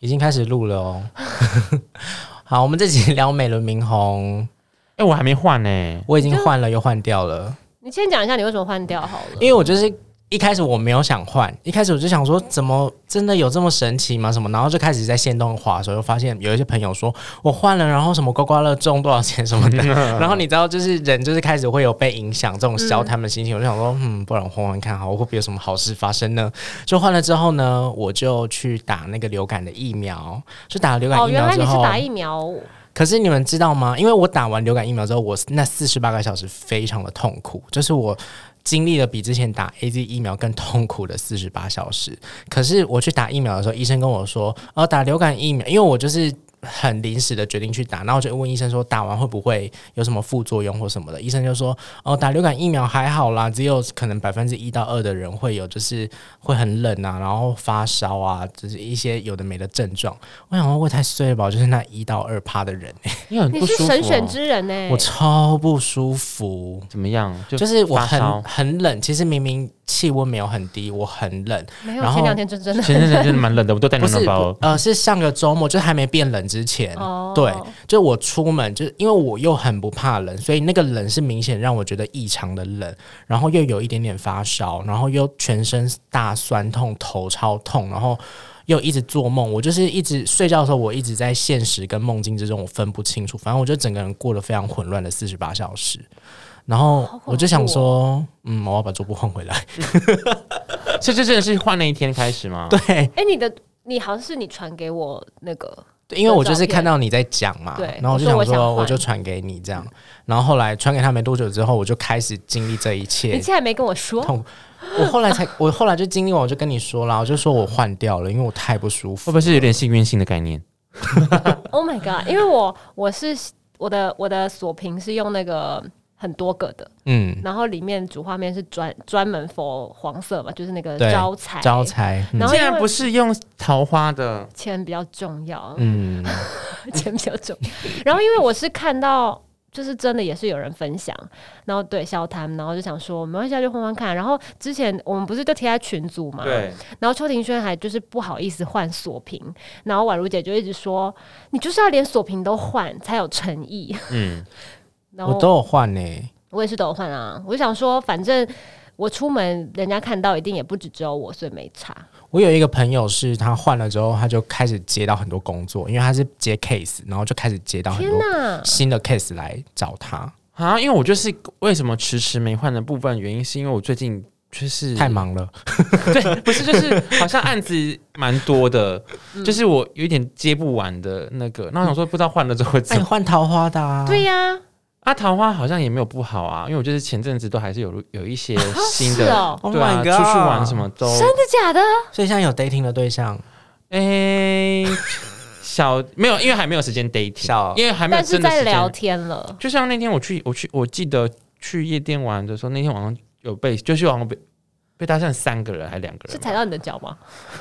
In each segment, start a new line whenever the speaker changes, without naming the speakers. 已经开始录了哦。 好，我们这集聊美轮明宏，
哎、我还没换呢、
我已经换了又换掉了，
你先讲一下你为什么换掉好了。
因为我就是一开始我没有想换，一开始我就想说怎么真的有这么神奇吗？什么，然后就开始在线动滑的时候，又发现有一些朋友说我换了，然后什么刮刮乐中多少钱什么 的，然后你知道就是人就是开始会有被影响这种消他们的心情，我就想说嗯，不然我换换看好，会不会有什么好事发生呢？就换了之后呢，我就去打那个流感的疫苗，就打了流感
哦，
疫
原
苗
来
之
你是
后，
打疫苗，
可是你们知道吗？因为我打完流感疫苗之后，我那四十八个小时非常的痛苦，就是我经历了比之前打 A Z 疫苗更痛苦的四十八小时。可是我去打疫苗的时候，医生跟我说，呃，打流感疫苗，因为我就是。很临时的决定去打，然后我就问医生说打完会不会有什么副作用或什么的？医生就说哦，打流感疫苗还好啦，只有可能百分之一到二的人会有，就是会很冷啊，然后发烧啊，就是一些有的没的症状。我想说我也太衰了吧，我就是那一到二趴的人、
你很
你
不
是
舒服、
神选
哦。
之人呢、
啊
欸
我超不舒服。
怎么样？就
就是我
发烧
很很冷，其实明明气温没有很低，我很冷，
没有
然后
前两天真真的
前阵子真的蛮冷的，我都带
不
暖
是
暖包
不。呃是上个周末就还没变冷之前，
哦，
对，就我出门，就是因为我又很不怕冷，所以那个冷是明显让我觉得异常的冷，然后又有一点点发烧，然后又全身大酸痛，头超痛，然后又一直做梦。我就是一直睡觉的时候，我一直在现实跟梦境之中，我分不清楚。反正我就整个人过得非常混乱的四十八小时。然后
恐怖
我就想说，嗯，我要把桌布换回来。
所以这真的是换那一天开始吗？
对，
哎、你的你好像是你传给我那个，
因为我就
照
是
片
看到你在讲嘛，
对
然后我就
我说
想
我想
说，
换
我就传给你这样。然后后来传给他没多久之后，我就开始经历这一
你
切
竟。然没跟我说，
痛我后来才， 我后来就经历完，我就跟你说了，我就说我换掉了，因为我太不舒
会不
服。
会是有点幸运性的概念？
Oh my god！因为我我是我的我的锁屏是用那个很多个的，
嗯，
然后里面主画面是专专门 for 黄色嘛，就是那个
对
招财，
嗯招财，嗯
然后
竟
因为
然不是用桃花的，
钱比较重要，
嗯，
钱比较重要。然后因为我是看到。就是真的也是有人分享，然后对笑谈，然后就想说没关系啊，就换换看。然后之前我们不是就贴在群组嘛，
对，
然后邱庭轩还就是不好意思换锁屏，然后宛如姐就一直说，你就是要连锁屏都换才有诚意。
嗯，
然后
我都有换呢。
我也是都有换啊，我就想说，反正我出门人家看到一定也不止只有我，所以没差。
我有一个朋友是他换了之后，他就开始接到很多工作，因为他是接 case，然后就开始接
哎
到很
天
多
哪！
新的 case 来找他，
啊，因为我就是为什么迟迟没换的部分原因，是因为我最近就是
太，忙了。
对，不是就是好像案子蛮多 的，
嗯
就是我有点接不完的那个。那我想说，不知道换了之后会
哎，
怎
你
么？
换桃花的啊？
对呀、
啊，桃花好像也没有不好啊，因为我就是前阵子都还是有有一些新
是
的
哦，
Oh
对啊，
my
出
god
去玩什么都
真的假的？
所以现在有 dating 的对象，
哎，小没有，因为还没有时间 dating，
小
因为还没有
但是
真的
在
时
聊
间。
天了，
就像那天我去，我去，我记得去夜店玩的时候，那天晚上有被，就是好像被被搭讪三个人还两个
是
人，
踩到你的脚吗？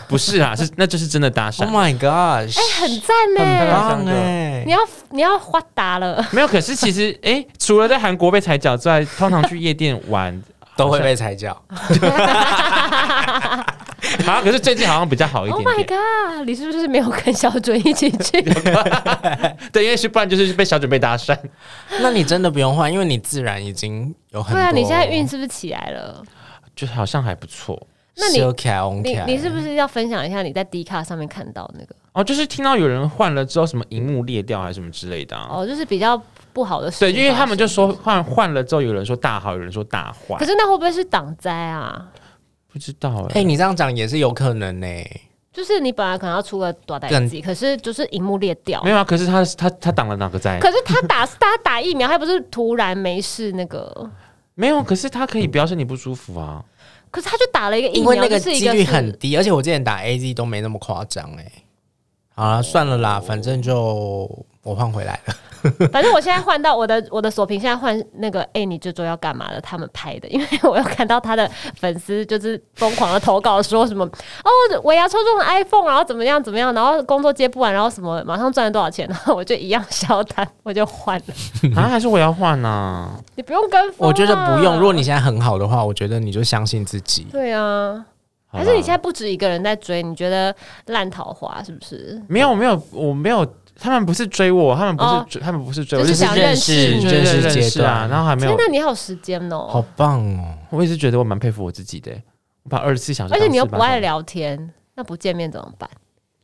不是啊，是那就是真的搭讪
Oh。my gosh，
哎、很赞呢、
很
棒
棒哎
你！要你要发达了，
没有，可是其实哎、除了在韩国被踩脚之外，通常去夜店玩
都会被踩脚，
好像，可是最近好像比较好一
Oh
点
my
点。
god！你是不是没有跟小准一起 去？
对，因为是不然就是被小准被搭讪。
那你真的不用换，因为你自然已经有很
对
多。
啊，你现在运是不是起来了？
就是好像还不错
那你
修起来 OK，
你你是不是要分享一下你在 D 卡上面看到那个？
哦，就是听到有人换了之后，什么荧幕裂掉还是什么之类的、啊。
哦，就是比较不好的事。
对，因为他们就，说换换了之后，有人说大好，有人说大坏
可，是那会不会是挡灾啊？
不知道哎、
哎、你这样讲也是有可能呢、
就是你本来可能要出个短代
更
机，可是就是荧幕裂掉
没。有啊，可是他他他挡了哪个灾？
可是他打 他打疫苗，他不是突然没事那个，
没有，可是他可以
嗯
不要身体不舒服啊。
可是他就打了一个疫
因
苗，
为那个
就是一
几
个
率
是
很低，而且我之前打 AZ 都没那么夸张哎。好了，算了啦，反正就我换回来了。
反正我现在换到我的我的锁屏，现在换那个哎、你这周要干嘛的？他们拍的，因为我又看到他的粉丝就是疯狂的投稿，说什么哦，尾牙抽中了 iPhone，然后怎么样怎么样，然后工作接不完，然后什么马上赚了多少钱，然后我就一样消单，我就换了。
啊，还是我要换啊？
你不用跟风啊、
我觉得不用，如果你现在很好的话，我觉得你就相信自己。
对啊，
好
还是你
啦
现在不止一个人在追？你觉得烂桃花是不是？
没有没有我没有，他们不是追我，他们不
哦
是追，他们不是追我，
就
就是是
想
认
认
识
识你
就
你
是
认识
认
阶
识啊，
段，
然后还没
天
有，
哪，你好时间
好
哦！
棒哦！
我一直觉得我蛮佩服我自己的，我把二十四小时，
而且你又不爱，聊天，那不见面怎么办？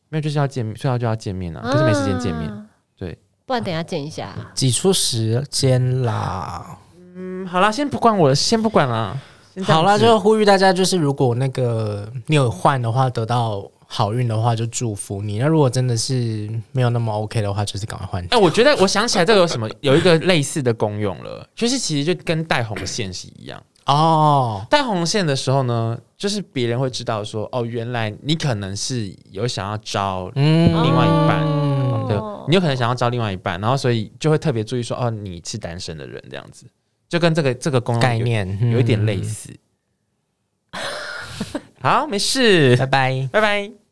没有就是要见面，所以要就要见面啊，可是没时间见面。
啊
对，
不然等一下见一下。啊
挤出时间啦。
嗯，好啦，先不管我了，先不管了。先这样
好啦，
子
就呼吁大家，就是如果那个你有换的话，得到好运的话，就祝福你。那如果真的是没有那么 OK 的话，就是赶快换。
哎、我觉得我想起来这个有什么有一个类似的功用了，就是其实就跟带红线是一样。
哦，
带红线的时候呢，就是别人会知道说，哦，原来你可能是有想要招
嗯
另外一半，
哦
对，你有可能想要招另外一半，然后所以就会特别注意说，哦，你是单身的人这样子，就跟这个这个功用哦有
概念嗯
有一点类
似。
似。好，没事
拜，拜。
拜拜。